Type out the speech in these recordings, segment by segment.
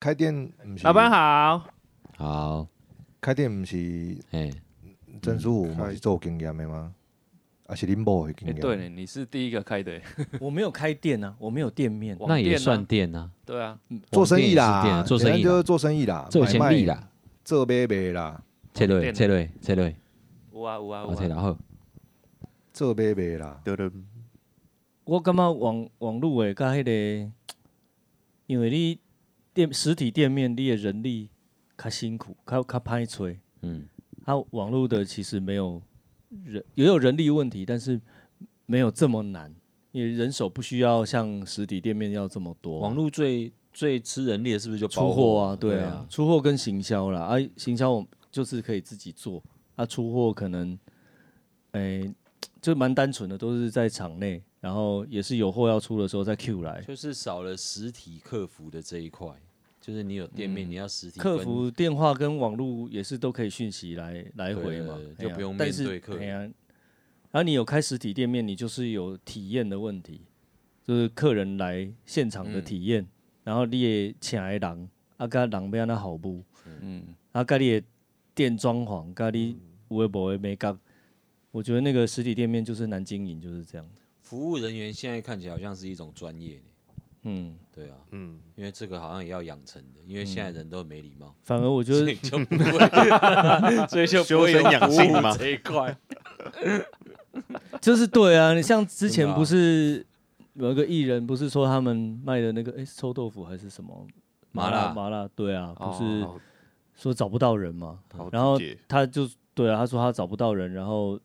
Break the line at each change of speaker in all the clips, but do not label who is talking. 开店不是
老板好，
好，
开店不是
哎，
曾叔我们是做经验的吗？啊，是恁某的经
哎，
验？
对呢，你是第一个开的耶，
我没有开店啊，我没有店面，
网
那
店
也
啊
算店啊，
对啊，
做生意
网店也
啦，
是店做生
人家
意啦
就是做生意啦，
做
买卖
生意，啦，
做买卖啦，
切
网
对
店
切对切对，
有啊有啊
啊好切
有啊，
然后
做买卖啦。
对的，
我感觉网网络诶，甲迄个，因为你店实体店面，你的人力较辛苦，较较歹找。
嗯，
它网络的其实没有人也有人力问题，但是没有这么难，因为人手不需要像实体店面要这么多。
网络最最吃人力的是不是就
出货啊，对啊，，出货跟行销啦，啊，行销我就是可以自己做，啊，出货可能，诶、就蛮单纯的，都是在场内，然后也是有货要出的时候再 Q 来。
就是少了实体客服的这一块，就是你有店面，你要实体
客
跟
服电话跟网络也是都可以讯息来来回嘛
对对，
哎呀
就不用
但
面
是
对客人
哎呀然后你有开实体店面，你就是有体验的问题，就是客人来现场的
嗯
体验，然后你也请来人，啊，甲人要安那好不？
嗯，
啊，咖喱的店装潢，咖喱微博的美感，我觉得那个实体店面就是难经营，就是这样。
服务人员现在看起来好像是一种专业呢，
嗯，
对啊，
嗯，
因为这个好像也要养成的，因为现在人都很没礼貌，
反而我觉
所
得
以就不会，所以就不会有
修身养性嘛
服务这一块。
就是对啊，你像之
真
前
的啊
不是有一个艺人，不是说他们卖的那个哎、诶是臭豆腐还是什么
麻辣
麻辣，对啊，不是
哦
说找不到人嘛，
好
然后
理解
他就对啊，他说他找不到人，然后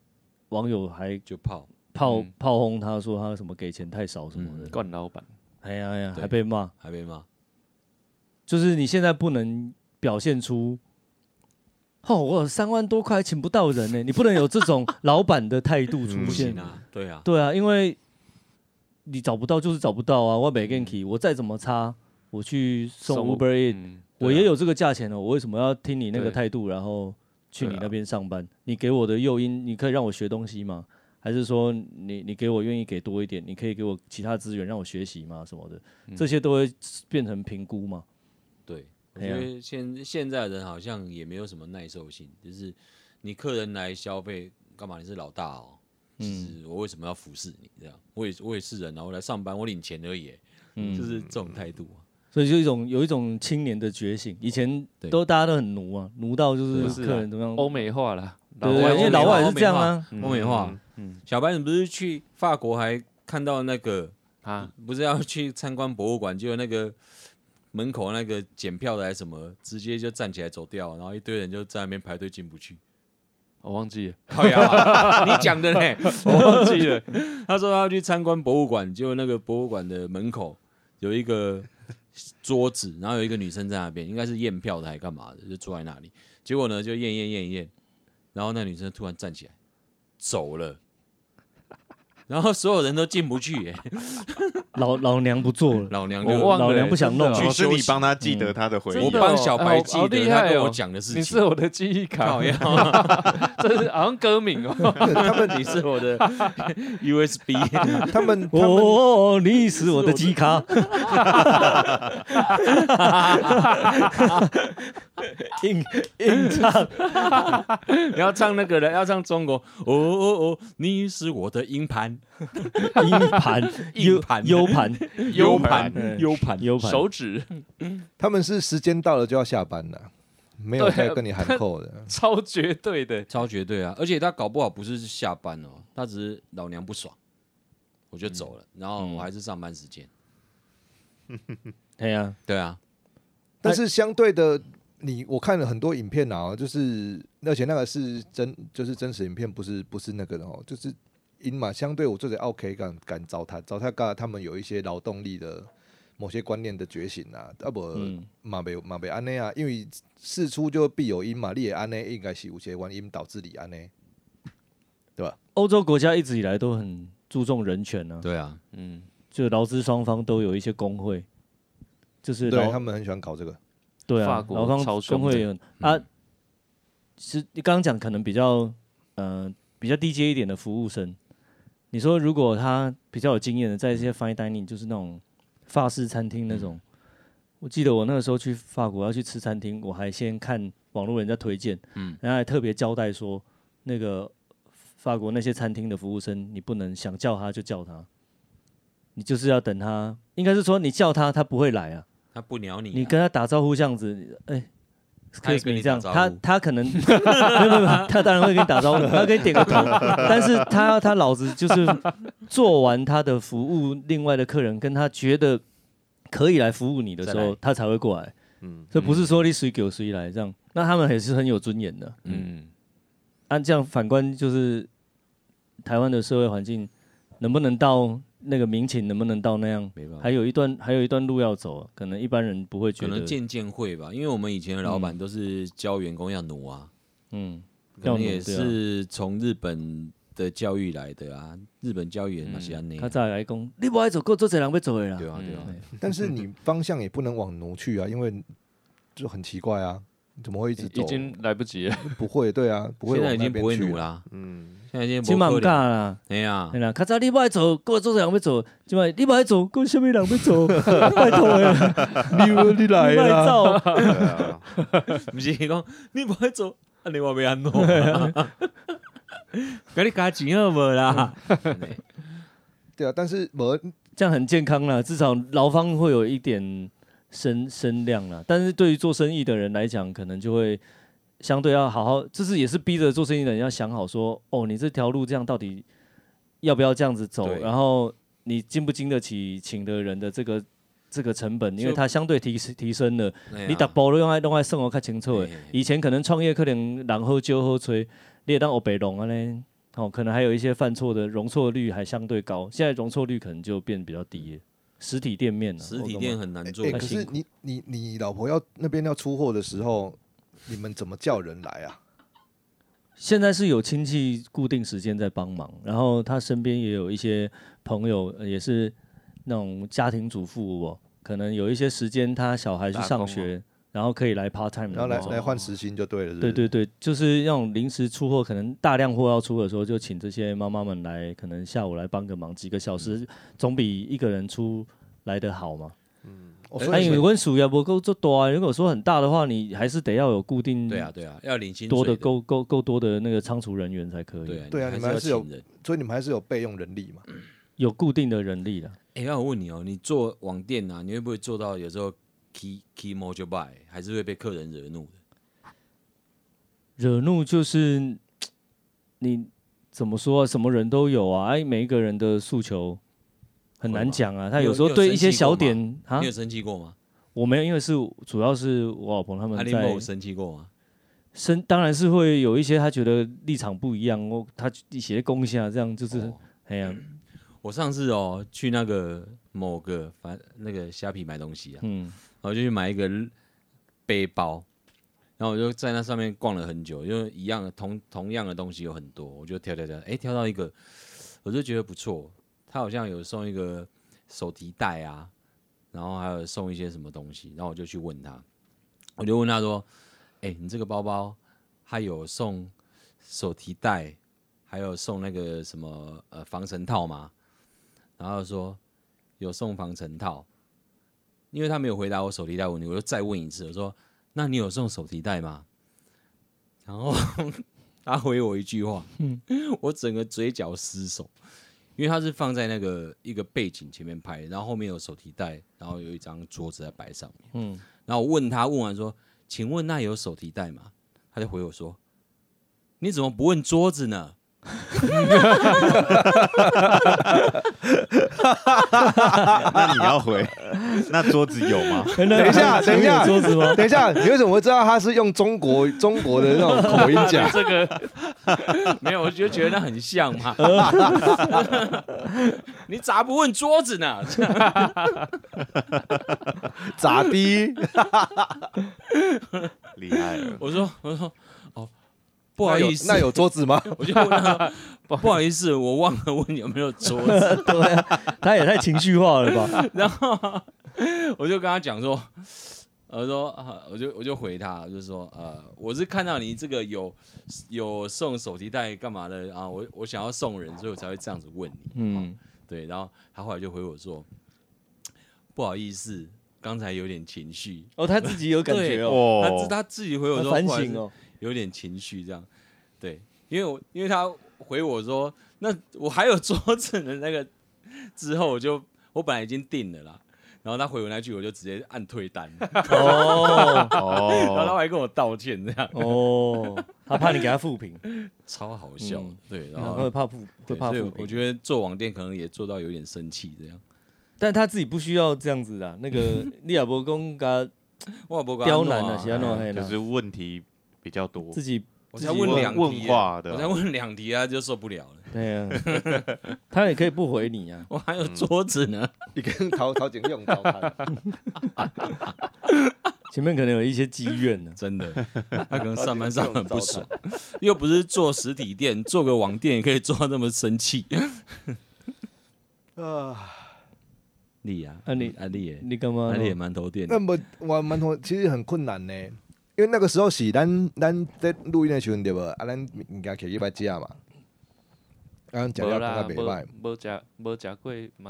网友还
就泡，
炮、
嗯
炮轰他说他什么给钱太少什么的，
冠老板，
哎呀哎呀，
嗯对
还被骂。
还没吗？
就是你现在不能表现出，哦，我有三万多块请不到人呢，欸你不能有这种老板的态度出
不
现
行。啊，对啊，
对啊，因为你找不到就是找不到啊，我没给你，我再怎么差，我去送
送
Uber Eats，、
嗯，
对啊
我也有这个价钱哦，我为什么要听你那个
对
态度，然后去你
对啊
那边上班？你给我的诱因，你可以让我学东西吗？还是说你你给我愿意给多一点，你可以给我其他资源让我学习吗？什么的，这些都会变成评估嘛。
对，我
哎
觉
呀
得现现在的人好像也没有什么耐受性，就是你客人来消费干嘛？你是老大哦，
嗯
就是我为什么要服侍你这样？我也我也是人啊，我来上班，我领钱而已，
嗯
就是这种态度啊。
所以就一种有一种青年的觉醒，以前
对
都大家都很奴啊，奴到就
对
是
啊
客人怎么样，
欧美化了，
对
老
对
外
对，因为老外也是这样啊，
欧美化，嗯，小白，你不是去法国还看到那个
啊，
不是要去参观博物馆，就有那个门口那个检票的还是什么，直接就站起来走掉，然后一堆人就在那边排队进不去。
我忘记了，
靠呀、
啊
你讲的呢？ 我忘记了。他说他要去参观博物馆，结果那个博物馆的门口有一个桌子，然后有一个女生在那边，应该是验票的还干嘛的，就坐在那里。结果呢，就验验验验，然后那女生突然站起来走了，然后所有人都进不去、 耶
老老娘不做了，
老娘就
我忘了，
老娘不想弄
真的
其
哦
实你帮他记得他的
嗯
回
真
我
忆
的
啊，
帮小白记
哦好
得
厉
他
害
跟
哦
我讲的事
你是
情。
我的记忆卡
讨，厌，
这是好像歌名哦，
他 们你是 我的 USB，
他们他们
哦，你是我的鸡卡，硬硬唱，
你 要唱那个的，要唱中国。哦哦哦，你是我的硬盘，
硬盘
硬
优
盘
优盘
U
盘
盘，U 盘，
优盘，
手指
他们是时间到了就要下班了，没有
对啊
再跟你喊扣的。
超绝对的，
超绝对啊！而且他搞不好不是下班哦，他只是老娘不爽，我就走
嗯
了，然后我还是上班时间。
对哎呀，
对啊，
但是相对的，你我看了很多影片啊，就是而且那个是真，就是真实影片，不是不是那个的哦，就是因嘛，相对我做的 OK 敢敢糟蹋糟蹋噶，他们有一些劳动力的某些观念的觉醒啊，啊不
嗯
嘛袂嘛袂安尼啊，因为事出就必有因嘛，你也安尼应该是有些原因导致你安尼，
欧洲国家一直以来都很注重人权啊，
对啊，
嗯，
就劳资双方都有一些工会，就是
对
劳
他们很喜欢搞这个，
对
法
啊，
国
劳方
超
工
凶的嗯
会有啊，是你刚刚讲可能比较呃比较低阶一点的服务生，你说
嗯
如果他比较有经验的，在一些 fine dining，就是那种法式餐厅那种，我记得我那个时候去法国要去吃餐厅，我还先看网络人家推荐，嗯，然后还特别交代说，那个法国那些餐厅的服务生，你不能想叫他就叫他，你就是要等他，应该是说你叫他他不会来啊，
他不鸟你啊、
你跟他打招呼这样子，哎、
他也
excuse
跟
me
你
这样，
打招
他
呼
他可能 没有没有没有，他当然会跟你 打招呼的，他会跟你点个头， 但是他他老子就是做完他的服务，另外的客人跟他觉得可以来服务你的时
再
候
来，
他才会过来。
嗯，
这不是说你谁给我谁来这样，那他们也是很有尊严的。
嗯，
按、这样反观就是台湾的社会环境，能不能到那个民情，能不能到那样，
没办法
还，有一段还有一段路要走啊、可能一般人不会觉
可能
得，
渐渐会吧，因为我们以前的老板都是教员工要努啊，
嗯，
可
要
能
努
也
对啊
是从日本的教育来的啊，日本教育也蛮喜欢那
他再来讲，你不爱走，够做这人要走的啦。
对啊对啊，
嗯
但是你方向也不能往奴去啊，因为就很奇怪啊，你怎么会一直走？
已经来不及 了。
不会，对啊，不会，
现在已经不会努。啦，
嗯，
现在已经
今晚
不
唔
会
干
了，
啦，
哎呀
哎，啦，较早你不爱走，够做这人要走，今晚你不爱走，够什么人 要走？拜托哎，
你你来
你不爱
啦，
走，
对啊，
不是讲你不会做，啊你话要 安怎？甲你加钱好无啦？
对啊，但是我
这样很健康啦，至少劳方会有一点声声量啦。但是对于做生意的人来讲，可能就会相对要好好，就是也是逼着做生意的人要想好说，哦，你这条路这样到底要不要这样子走？
对
然后你经不经得起请的人的这个这个成本，因为
就
它相对提提升了。
哎呀
你打包用来用来生活较清楚的
嘿嘿嘿。
以前可能创业可能人好酒好吹，你也当欧北龙啊嘞，哦，可能还有一些犯错的容错率还相对高，现在容错率可能就变比较低了。实体店面、啊，
实体店
我懂吗
很难做
哎，
他
可
辛
是你你你老婆要那边要出货的时候，你们怎么叫人来啊？
现在是有亲戚固定时间在帮忙，然后他身边也有一些朋友呃也是那种家庭主妇哦，可能有一些时间他小孩去
打
上
工
啊
学，然后可以来 part time，
然后来
那种
来换时薪就对了，是不
嗯哦对
是，
对对，就是那种临时出货，可能大量货要出的时候，就请这些妈妈们来，可能下午来帮个忙，几个小
嗯
时，总比一个人出来的好嘛。
嗯
哦
那
所以
因为
你们
温属要不够做多啊，如果说很大的话，你还是得要有固定
对啊对啊，要领薪水
多的
的
够够够多的那个仓储人员才可以，
对
对啊
你
你们还
还
是
是
有
要请人。
所以你们还是有备用人力嘛？
有固定的人力的。
哎，那我问你哦，你做网店啊，你会不会做到有时候 key key more 就 buy，还是会被客人惹怒的？
惹怒就是你怎么说、啊，什么人都有啊，哎，每一个人的诉求很
会
难
吗
讲啊。他
你有
有时候
你有
对
生
一些
气
小
过吗
点啊
你，有生气过吗？
我没有，因为是主要是我老婆他们
阿林
在
某生气过吗？
生当然是会有一些他觉得立场不一样，我他一些贡献啊，这样就是
哦
哎呀，
我上次哦去那个某个反那个虾皮买东西啊，
嗯，
然后就去买一个背包，然后我就在那上面逛了很久，因为一样的同同样的东西有很多，我就挑挑挑，哎，挑到一个，我就觉得不错，他好像有送一个手提袋啊，然后还有送一些什么东西，然后我就去问他，我就问他说，哎，你这个包包它有送手提袋，还有送那个什么呃防尘套吗？然后他说有送防尘套。因为他没有回答我手提袋问题，我就再问一次，我说：“那你有送手提袋吗？”然后 他回我一句话， 我整个嘴角失手，因为他是放在那个一个背景前面拍，然后后面有手提袋，然后有一张桌子在摆上面，
嗯
然后我问他，问完说：“请问那有手提袋吗？”他就回我说：“你怎么不问桌子呢？”
那你要回，那桌子有吗？
等一 下，等一下，
有桌子吗？
等一下，你为什么会知道他是用中国中国的那种口音
啊
讲？
这个
没有，我就觉得那很像嘛。 你咋不问桌子呢？
咋的？
厉害了，
我说，我说，哦，不好意思，
那有那有桌子吗？
我就问他，不好意思，我忘了问有没有桌子，
对啊，他也太情绪化了吧？
然后我就跟他讲说，我说，啊我就我就回他，我就说，呃，我是看到你这个有有送手提袋干嘛的啊，我我想要送人，所以我才会这样子问你，
嗯，
对，然后他后来就回我说，不好意思，刚才有点情绪。
哦，他自己有感觉哦，
哦
他自他自己回我
他
说
反省，
不好意
哦
思，有点情绪这样。对，因为我因为他回我说，那我还有桌子的那个之后，我就我本来已经定了啦，然后他回我那句，我就直接按退单，
哦
然后他
哦，
还跟我道歉这样，
哦，他怕你给他复评，
超好笑。
嗯
对，然
然
后
后会怕复会
哦对
怕
所以
复
我我
评，
觉得做网店可能也做到有点生气这样。
但他自己不需要这样子的。那个 利亚伯公他
哇，不
刁难啊，其他弄黑
就
了，
是问题比较多，
自己
我才问两
问
题啊，
话的
我才问两题啊，就受不了了。
对 啊，他也可以不回你啊。
我还有
嗯
桌子呢，。
你跟陶陶姐用高谈，
前面可能有一些积怨啊呢
真的，他可能上班上得很不爽，又不是做实体店，做个网店也可以做到那么生气。
啊，
你啊，
啊你
啊你耶，
你干嘛
啊？你也馒头店，
那么我们同其实很困难呢，因为那个时候是咱咱在录音的时候对不？啊，咱物件摕去买食嘛，啊，食了感
无啦，
觉袂歹。
无无食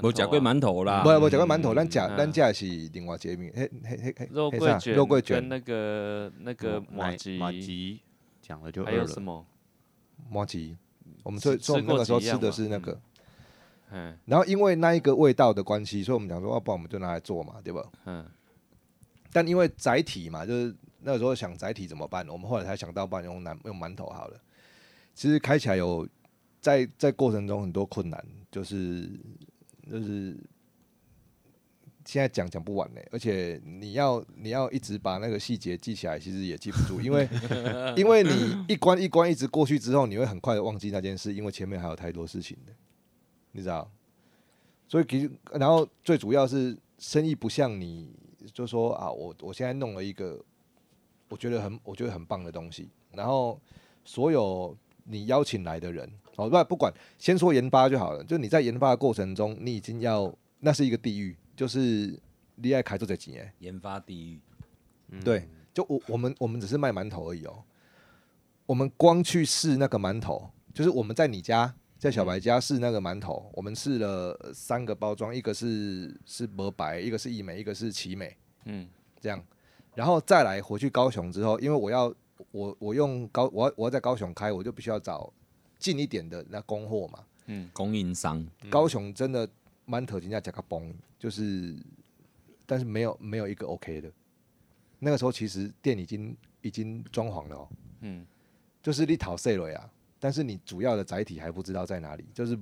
无食过馒头啊，
不，无
我吃过馒头啦
食过馒头，咱食
嗯
咱食的是另外一个面，迄迄迄迄
肉
迄
桂
啥
卷，
啊肉桂
跟
卷、哎
那个那个马
马
吉，
马吉讲了就
还
饿
有什
了，
么？
麻吉。我们
吃
最所以我们那个时候
吃过几
吃的
样
是
嘛
那个，
嗯
然后因为那一个味道的关系，所以我们讲说，要、啊不然我们就拿来做嘛，对吧？
嗯，
但因为载体嘛，就是那时候想载体怎么办，我们后来才想到，不然用南用馒头好了。其实开起来有在在过程中很多困难，就是就是现在讲讲不完嘞、而且你要你要一直把那个细节记起来，其实也记不住，因为因为你一关一关一直过去之后，你会很快的忘记那件事，因为前面还有太多事情的，你知道？所以其实然后最主要是生意不像你就说啊，我我现在弄了一个我觉得很我觉得很棒的东西，然后所有你邀请来的人，哦不不管，先说研发就好了，就你在研发的过程中，你已经要那是一个地狱，就是你爱开做这几年，
研发地狱，
对，就我我们我们只是卖馒头而已哦，我们光去试那个馒头，就是我们在你家。在小白家试那个馒头，我们试了呃三个包装，一个是是摩白，一个是益美，一个是奇美，
嗯，
这样，然后再来回去高雄之后，因为我要我我用高我要我要在高雄开，我就必须要找近一点的那供货嘛。
供应商，
高雄真的蛮特金价加个崩，就是但是没有没有一个 OK 的。那个时候其实店已经已经装潢了、哦，
嗯，
就是你讨碎了呀，但是你主要的载体还不知道在哪里，就是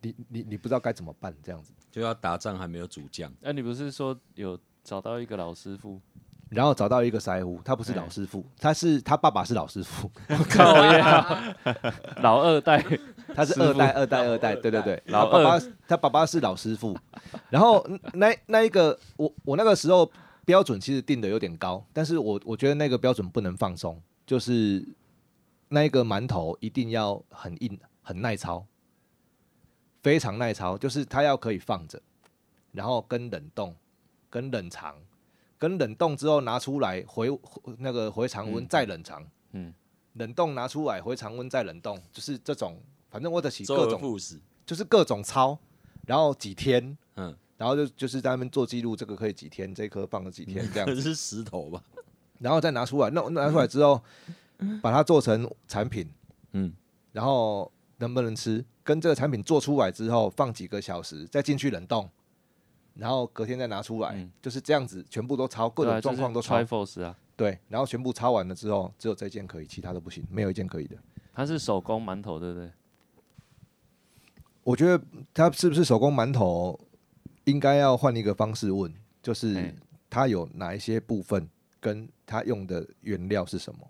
你你你不知道该怎么办这样子。
就要打仗还没有主将，
啊那你不是说有找到一个老师傅？
然后找到一个腮胡，他不是老师傅，他是他爸爸是老师傅，
靠呀，老二代，
他是二代，二代，二代，对对对，然后
老
爸
二
爸他爸爸是老师傅，然后那那一个我我那个时候标准其实定的有点高，但是我我觉得那个标准不能放松，就是那一个馒头一定要很硬，很耐操，非常耐操，就是它要可以放着，然后跟冷冻，跟冷藏，跟冷冻之后拿出来回回那个回常温再冷藏，
嗯
冷冻拿出来回常温再冷冻，就是这种，反正我得起
周
各
而
种
复始，
就是各种操，然后几天，
嗯，
然后就就是在那边做记录，这个可以几天，这颗放了几天这样
嗯
可，是石头吧，
然后再拿出来，那拿出来之后，
嗯
把它做成产品，
嗯，
然后能不能吃，跟这个产品做出来之后放几个小时，再进去冷冻，然后隔天再拿出来，
嗯
就是这样子，全部都超， 各
对啊
种状况都
就是
超，
Triforce 啊，
对，然后全部超完了之后，只有这件可以，其他都不行，没有一件可以的。
它是手工馒头，对不对？
我觉得他是不是手工馒头，应该要换一个方式问，就是
嗯
他有哪一些部分跟他用的原料是什么，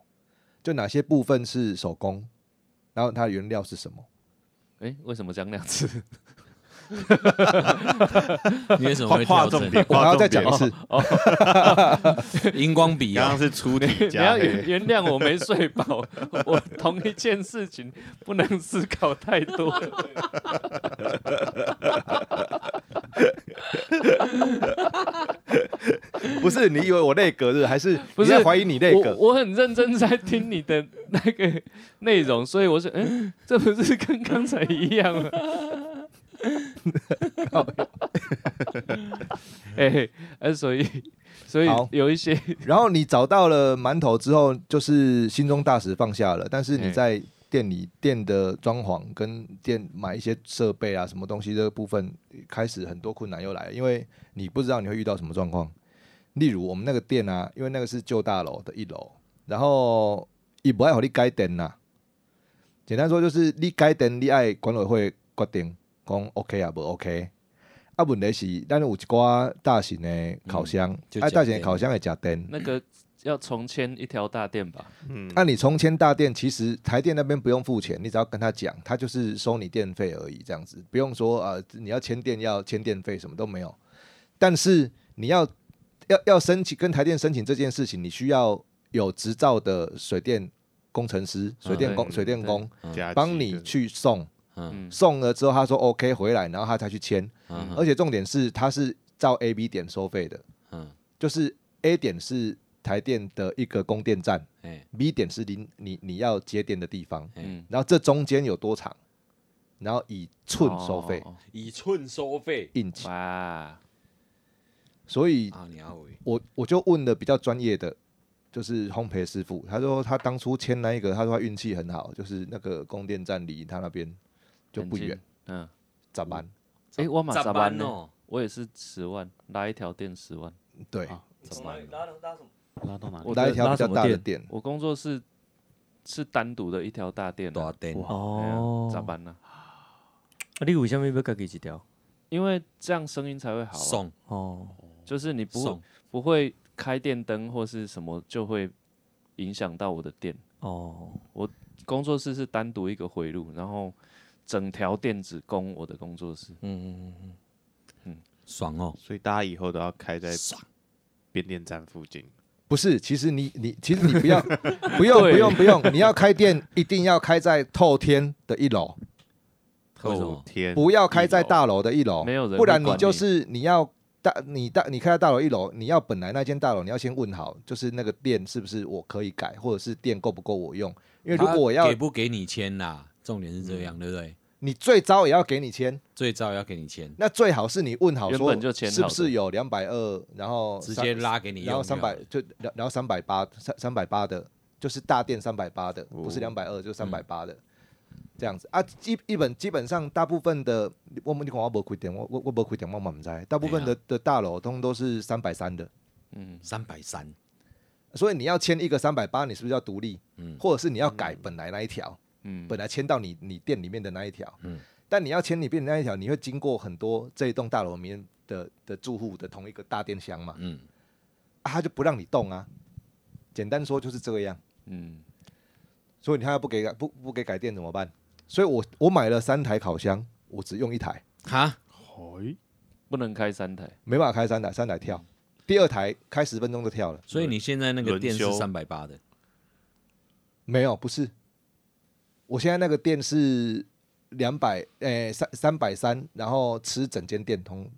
就哪些部分是手工，然后它的原料是什么。
诶，为什么讲 两次？
你为什么
画
会
画
调
重
整？
点，
我还
画
要再
重
讲
点
一。 次，
荧光笔
刚
啊
刚，是出题
你
加
要
黑
原，原谅我没睡饱，我同一件事情不能思考太多。
不是你以为我内格是还是
不是
你在怀疑你内
我
格？
我很认真在听你的 那个内容，所以我是，嗯，这不是跟刚才一样吗？哎、啊所以所以
好
有一些
然后你找到了馒头之后，就是心中大石放下了，但是你
嗯
在店里店的装潢跟店买一些设备啊，什么东西这个部分开始很多困难又来了，因为你不知道你会遇到什么状况。例如我们那个店啊，因为那个是旧大楼的一楼，然后也不爱好你改店呐、简单说就是你改店，你爱管委会决定讲 OK 啊，不 OK。啊，问题是，咱有一寡大型的烤箱，
嗯就
啊，
吃
大型的
电嗯
烤箱会食电，
那个要重签一条大店吧？
嗯
那、你重签大店，其实台电那边不用付钱，你只要跟他讲，他就是收你电费而已，这样子不用说啊、呃你要签电要签电费什么都没有。但是你要要要申请跟台电申请这件事情，你需要有执照的水电工程师、水电工、
嗯对
水电工
加急
帮你
的
去送，
嗯
嗯
送了之后他说 OK 回来，然后他才去签。
嗯
而且重点是，它是照 A、B 点收费的，
嗯
就是 A 点是台电的一个供电站。
哎
B 点是你你你要节点的地方，
嗯，
然后这中间有多长，然后以寸收费，
哦
以寸收费
硬气。
哇，
所以
啊，你阿伟
我我就问了比较专业的，就是烘焙师傅，他说他当初签那一个，他说他运气很好，就是那个供电站离他那边就不
很
远
近，嗯，
咋办？
哎，我马
咋
上班
办
呢，
哦？
我也是十万拉一条店十万，
对，
啊
怎么办
拉到哪里？
我
来
的
一条比较
拉什么
大的
电
店，
我工作室是单独的一条大店
大
啊，
店
哎
哦，
咋？办呢？
啊，你为什么要家己一条？
因为这样声音才会好啊，
送
哦，
就是你不会
送
不会开电灯或是什么就会影响到我的店。
哦，
工作室是单独一个回路，然后整条电只供我的工作室。
爽哦，
所以大家以后都要开在
爽
变电站附近，
不是，其实你你其实你 不要不用不用不用，你要开店一定要开在透天的一楼。
为什
透
么
天
不要开在
一楼
大楼的一楼，
没有人
不然
会
你
管
就是你要大你大你开在大楼一楼，你要本来那间大楼你要先问好，就是那个店是不是我可以改，或者是店够不够我用？因为如果我
他
要
给不给你签啦，重点是这样，对不对？
你最糟也要给你签，
最早要给你签，
那最好是你问好
原
说
本就签好
是不
的
是有两百二，然后
直
哦三
接，拉给你用就
然
好
后
了，
三百就然然后三百八三三百八的，就是大店三百八的，
哦
不是两百二
嗯
就是三百八的。这样子啊，基一本基本上大部分的，我们你看我没亏点，我我我没亏点，我嘛不知。大部分的
啊
的大楼通通都是三百三的，
嗯，
三百三，
所以你要签一个三百八，你是不是要独立？
嗯
或者是你要改本来那一条，
嗯
本来签到你你店里面的那一条，
嗯
但你要签你店里那一条，你会经过很多这一栋大楼里面的的住户的同一个大电箱嘛，
嗯，
啊，他就不让你动啊。简单说就是这样，
嗯，
所以你看他不给改不不给改电怎么办？所以我我买了三台烤箱，我只用一台，
哈，
不能开三台，
没办法开三台，三台跳，
嗯
第二台开十分钟就跳了，
所以你现在那个
轮
店是
休
三百八的，
没有不是，我现在那个店是两百诶三三百三，然后吃整间店通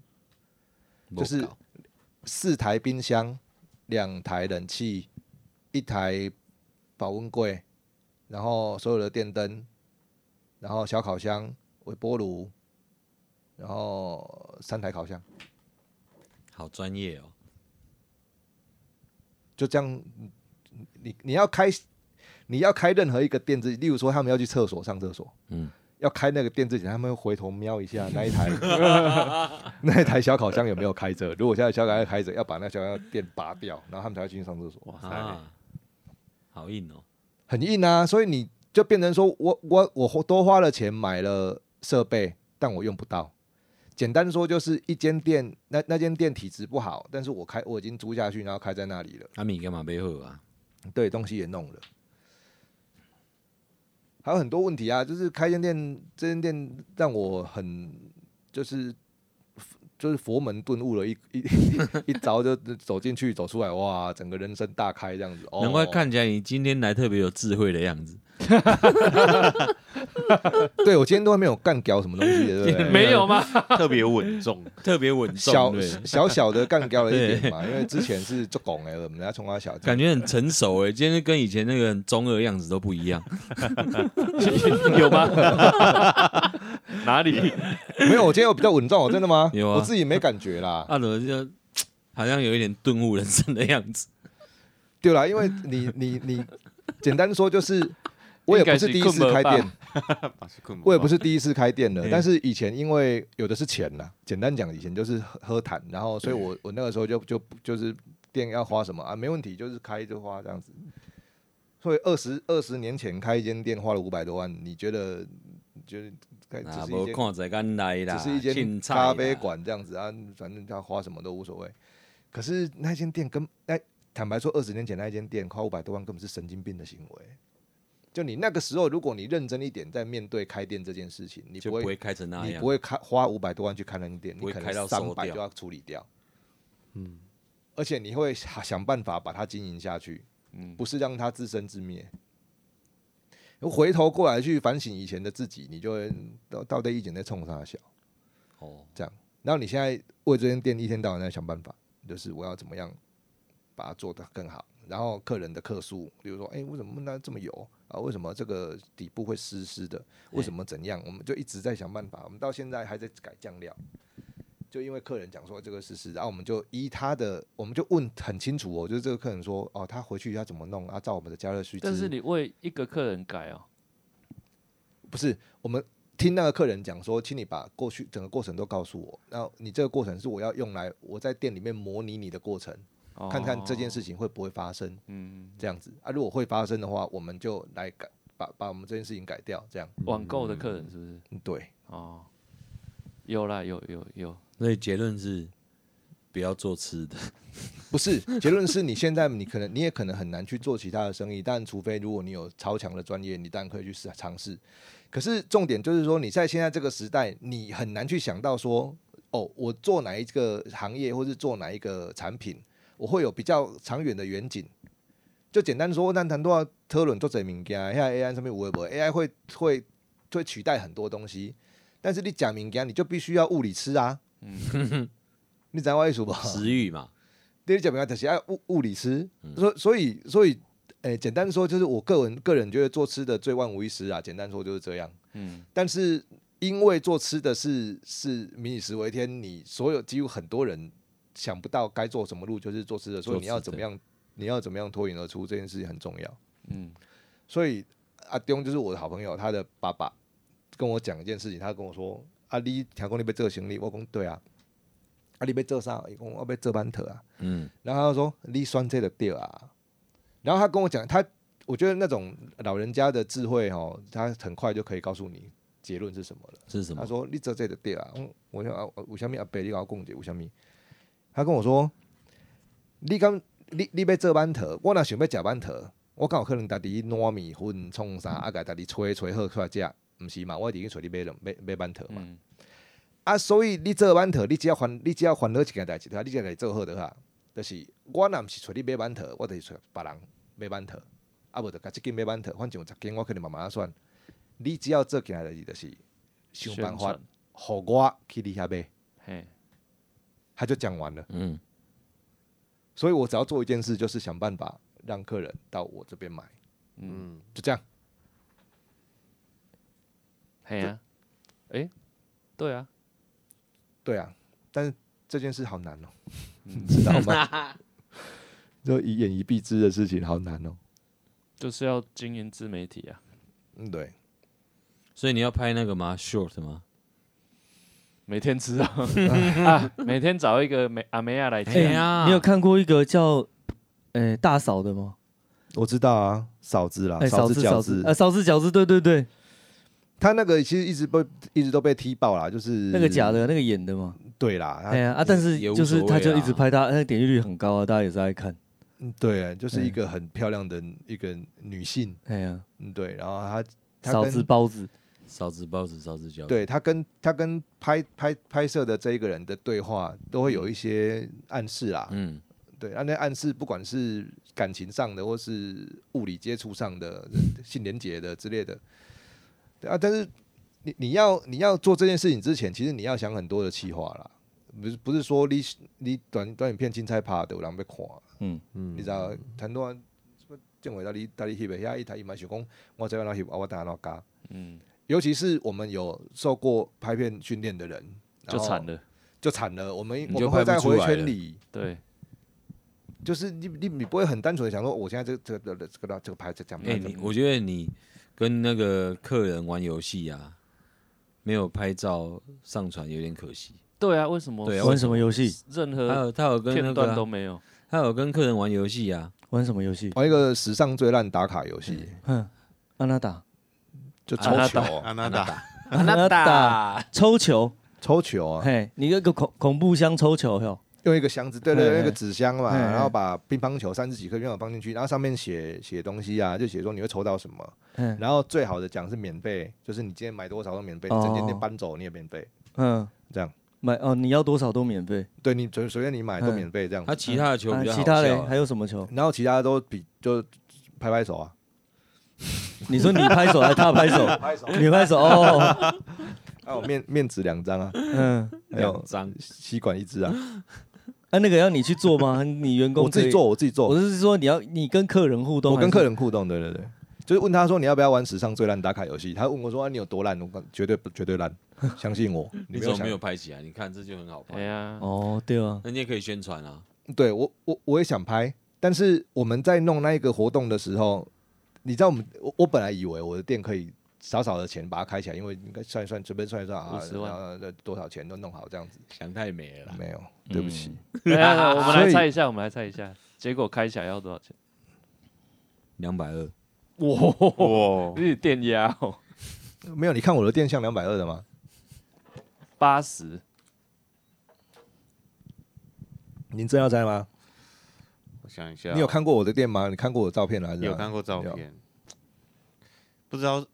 就是
没搞
四台冰箱，两台冷气，一台保温柜，然后所有的电灯，然后小烤箱、微波炉，然后三台烤箱，
好专业哦，
就这样。你你你要开，你要开任何一个店子，例如说他们要去厕所上厕所，
嗯
要开那个店之前，他们会回头瞄一下那一台那一台小烤箱有没有开着。如果现在小烤箱开着，要把那小烤箱电拔掉，然后他们才会进去上厕所。
啊，好硬哦，
很硬啊，所以你就变成说我我我花多花了钱买了设备，但我用不到。简单说就是一间店，那那间店体质不好，但是我开我已经租下去，然后开在那里了，
阿米干嘛背后啊？
对，东西也弄了。还有很多问题啊，就是开间店，这间店让我很就是就是佛门顿悟了一一一招，就走进去走出来，哇，整个人生大开这样子。哦、
难怪看起来你今天来特别有智慧的样子，
对我今天都还没有干掉什么东西的，对不对？
没有吗？
特别稳重，
特别稳
小
重，对
小小的干掉了一点嘛，因为之前是做拱哎，我们家冲他小，
感觉很成熟哎，今天跟以前那个很中二的样子都不 一样。
有吗？哪里？
没有，我今天有比较稳重哦，真的吗？
有啊
我自己没感觉啦。
啊阿伦就好像有一点顿悟人生的样子。
对啦，因为你你你，简单说 就是，我也不是第一次开
应该是困
店
吧，嗯
我也不是第一次开店了，但是以前因为有的是钱啦，简单讲，以前就是喝喝谈，然后
嗯
所以我我那个时候就就就是店要花什么啊，没问题，就是开就花这样子。所以二十二十年前开一间店花了五百多万，你觉得你觉得该哎只
啊，
是一
无
间
看在干来啦，
只是一间
凊彩
咖啡
啦，
馆这样子啊，反正他花什么都无所谓。可是那间店跟那坦白说，二十年前那间店花五百多万根本是神经病的行为。就你那个时候，如果你认真一点在面对开店这件事情，你
就
不
不
会
会开成那
你
样
不。会开花五百多万去开那间店，你
不会
可
开
能
到
三
收
百
掉
就要处理掉。嗯，而且你会想想办法把它经营下去，
嗯
不是让它自生自灭。回头过来去反省以前的自己，你就会到到底以前在冲啥小。
哦，
然后你现在为这间店一天到晚在想办法，就是我要怎么样把它做得更好。然后客人的客诉，比如说，哎，为什么那这么油啊？为什么这个底部会湿湿的？为什么怎样？我们就一直在想办法，我们到现在还在改酱料，就因为客人讲说这个湿湿的，然、啊后我们就依他的，我们就问很清楚哦，就是这个客人说，哦，他回去要怎么弄啊？照我们的加热须知，
但是你为一个客人改哦，
不是我们听那个客人讲说，请你把过去整个过程都告诉我。那你这个过程是我要用来我在店里面模拟你的过程，
哦
看看这件事情会不会发生。嗯，这样子啊，如果会发生的话，我们就来改把把我们这件事情改掉。这样，
网购的客人是不是？
嗯对，
哦，有啦，有有有，
所以结论是不要做吃的。
不是结论是你现在你可能你也可能很难去做其他的生意，但除非如果你有超强的专业，你当然可以去试尝试。可是重点就是说，你在现在这个时代，你很难去想到说，哦，我做哪一个行业，或是做哪一个产品，我会有比较长远的远景。就简单说，咱谈多少讨论做这物件，现在 AI 上面有的没的 AI 会会会取代很多东西，但是你假物件，你就必须要物理吃啊。你知道我意思不？
食欲嘛，
第一讲明就是爱啊物物理师，
嗯
所、所以所以，诶、简单说就是我个人个人觉得做吃的最万无一失啊，简单说就是这样。嗯，但是因为做吃的是是民以食为天，你所有几乎很多人想不到该做什么路，就是做吃的，所以
做
你要
吃
怎么
的
样，你要怎么样脱颖而出这件事情很重要。嗯，所以阿东就是我的好朋友，他的爸爸跟我讲一件事情，他跟我说：“啊，你听讲你被做行李，我讲对啊。”啊，你被做啥？伊讲我被做馒头啊。
嗯，
然后他就说你选这个对啊。然后他跟我讲，他我觉得那种老人家的智慧哦，他很快就可以告诉你结论是什么了。
是什
他
么？
说你做这个对啊。嗯我想啊，有啥物阿伯你跟我讲者有啥物？他跟我说，你敢你你要做馒头，我若想要食馒头，我敢有可能家己糯米粉创啥，啊家家己炊炊好出来食，毋是嘛？我一定去找你买两买买馒头嘛。
嗯
啊，所以你做馒头，你只要烦，你只要烦恼一件代志，对啊，你只要来做好就好啊。就是我若毋是找你买馒头，我就是找别人买馒头，啊无就甲即间买馒头，反正有十间我可能慢慢仔选。你只要做件代志，就是想办法
宣传，
互我去你遐买。
嘿，
他就讲完了，
嗯，
所以我只要做一件事，就是想办法让客人到我这边买，嗯，就这样。
嘿啊，哎、对啊，
对啊，但是这件事好难哦， 你知道吗？ 就以眼一蔽之的事情好难哦。
就是要经营自媒体啊，
嗯，对，
所以你要拍那个吗？short 吗？
每天吃啊，啊每天找一个美阿梅亚来
哎
讲，
呀，
哦你有看过一个叫呃大嫂的吗？
我知道啊，嫂子啦
哎，嫂
子饺
嫂子，呃，嫂子饺子，对对对，
他那个其实一直被一直都被踢爆啦，就是
那个假，的，那个演的嘛。
对啦，他
哎呀啊，但是
也无
就是
所
他
谓
就
啦
一直拍他，那个哎点击率很高啊，大家也是爱看。
嗯对，就是
嗯
一个很漂亮的一个女性，
哎呀，
嗯，对，然后她她
嫂
跟
子包子，
少子包子，少子饺子。
对他跟他跟拍拍拍摄的这一个人的对话，都会有一些暗示啦。
嗯，
对，啊，那暗示不管是感情上的，或是物理接触上的、性连结的之类的，对啊。但是你你要你要做这件事情之前，其实你要想很多的计划啦，不是不是说你你短短影片青菜拍的有人要看，
嗯
你知道很多人认为到你到你翕的遐伊台伊嘛想讲，我怎样翕啊，我当然要加。
嗯，
尤其是我们有受过拍片训练的人，
就惨
了，
了，
就惨了。我们
你
我们
就
会
拍
在
不出
回
来
圈
了
里，
对，
就是你你你不会很单纯的想说，我现在这个这个这个这个牌子讲，
哎、
怎么
你
样
我觉得你跟那个客人玩游戏啊，没有拍照上传有点可惜。
对啊，为什么？
对啊
玩什么游戏？
任
他
何
有他有跟那
呃片
个
段
啊、
都没有。
他有跟客人玩游戏啊，
玩什么游戏？
玩一个史上最烂打卡游戏，
哼，安娜达
就
嗯啊
抽
那
球
打
啊，
安娜达，
安娜达抽球，
抽球
哦
啊，
嘿，你那个恐恐怖箱抽球哟，
用一个箱子，对对
嘿
对，
嘿
一个纸箱嘛，
嘿嘿
然后把乒乓球三十几颗乒乓球放进去，然后上面写写东西啊，就写说你会抽到什么，
嗯
然后最好的奖是免费，就是你今天买多少都免费，
哦
你整间店搬走你也免费，
嗯，
这样，
买哦，你要多少都免费。
对你随随便你买都
嗯
免费这样
他
子，
其他的球
啊
比较好
其他
笑
嘞
啊
还有什么球？
然后其他都比就拍拍手啊，
你说你拍手还是他拍手？
拍手，
你拍手 哦，
还有 面面纸两张啊，
嗯，
还有
脏，
吸管一支啊，
啊，那个要你去做吗？你员工
我自己
可以
做，。我自己做
我，是说你要你跟客人互动，
我跟
还是
客人互动，对对对，就是问他说你要不要玩史上最烂打卡游戏，他问我说、啊、你有多烂，我绝对不绝对烂，相信 我，
你
你没
怎
有
么没
想
有拍起来？你看这就很好
哎
拍，
呀，
哦，对啊，
那你也可以宣传啊。
对我我我也想拍，但是我们在弄那一个活动的时候，你知道我们我我本来以为我的店可以少少的钱把它开起来，因为应该算一算随便算一算啊，
50万
啊啊多少钱都弄好这样子，
想太美了
啊
啦，
没有，对不起，
哎呀我们
所
来
以
猜一下，我们来猜一下，结果开起来要多少钱？
两百二，
哇，
哇，
日电压哦，
嗯
没有，你看我的店像两百二的吗？
八十，
您真要摘吗？
我想一下，
你有看过我的店吗？你看过我的照片了还是？
啊有看过照
有
片？不知道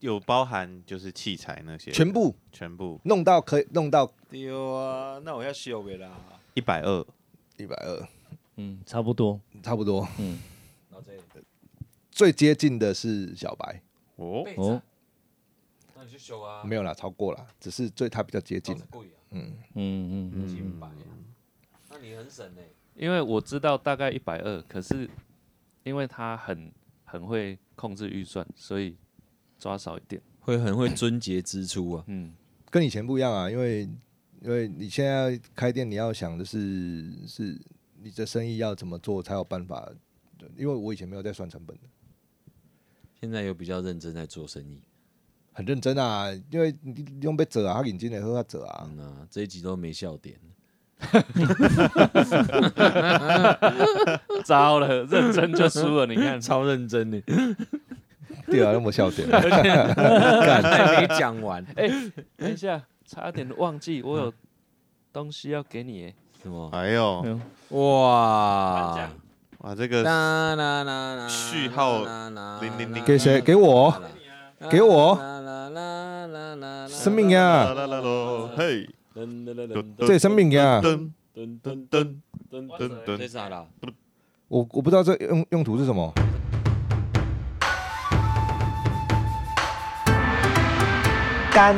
有包含就是器材那些的，
全部
全部
弄到可以弄到
丢啊！那我要修呗啦。
一百二，
一百二，
嗯，差不多，
差不多。
嗯，
最接近的是小白，
哦，
哦，
啊那你去修啊，
没有啦，超过啦，只是最他比较接近
哦
这。么贵啊，
嗯嗯，
几百啊。那你很省呢。
因为我知道大概一百二，可是因为他很很会控制预算，所以抓少一点。
会很会遵节支出啊，
嗯，
跟以前不一样啊，因为因为你现在开店，你要想的是是你这生意要怎么做才有办法。因为我以前没有在算成本的，
现在有比较认真在做生意。
很认真啊，因为你你用被折啊，他眼睛也喝他折啊，
嗯啊，这一集都没笑点，
糟了，认真就输了。你看，
超认真的，
对啊，那么笑点。
还没讲完，
等一下，差点忘记我有东西要给你耶。
什么？
哎呦，
嗯
哇！
哇，这个
啦啦啦啦
序号
零
000
给谁？给我？给我生命
啦
呀，
啦啦喽，嘿，
这也生命啊呀！
噔
噔
噔噔噔
这
噔，
啥啦？
我我不知道这用用途是 什么。
干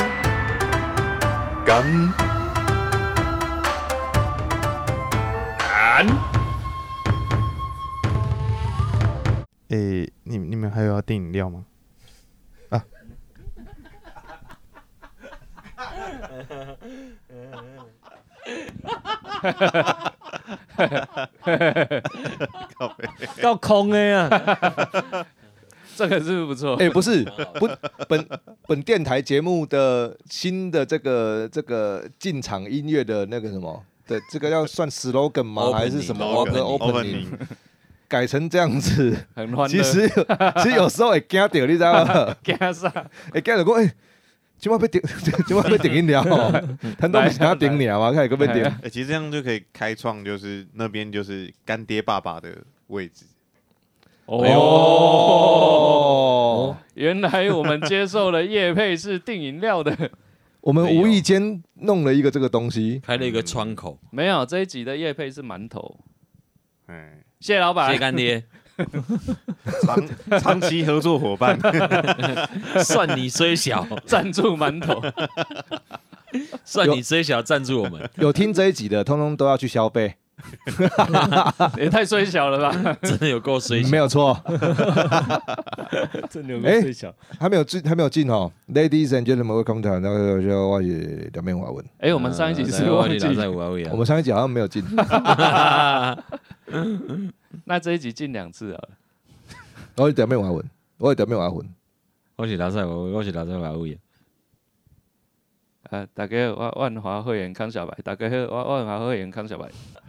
干干。诶、你你们还有要订饮料吗？
嗯
到空 的呀，
这个是不是不错，
哎、不是，不本本电台节目的新的这个这个进场音乐的那个什么的，这个要算 slogan 吗？还是什么
Opening，
opening 改成这样子？
很欢
其
乐。
实 有其实有时候会惊到，你知道 吗？
给他上，
会惊到讲，哎、今晚被顶， 今晚被顶 饮料哦，他都不是他顶你啊嘛，看有被顶。
哎、其实这样就可以开创，就是那边就是干爹爸爸的位置。
哎哦，
原来我们接受了叶配是订饮料的，
我们无意间弄了一个这个东西，
开了一个窗口，
没有这一集的叶配是馒头。
哎，
谢老
谢
板
谢，干爹，
长长期合作伙伴，
算你虽小，
赞助馒头。
算你虽小，赞助我们，
有听这一集的，通通都要去消费。
也太虽小了 吧？
真的有够虽
没
小。
有错，
真牛
哎
逼，最小，
还没有进，还没有进哦。Ladies and gentlemen, welcome to 那个叫我是两面华文。
哎，我们上一集是
我
忘记
记在我
我们上一集好像没有进，
那这一集进两次啊，
然后表妹玩混，我表妹玩混，
我是老帅，我我是老帅，我也
啊，大家好，我万华会员康小白，大家好，我万华会员康小白，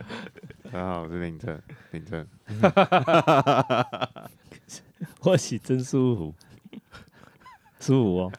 很好，我是林正，林正，
我洗真舒服，舒服哦。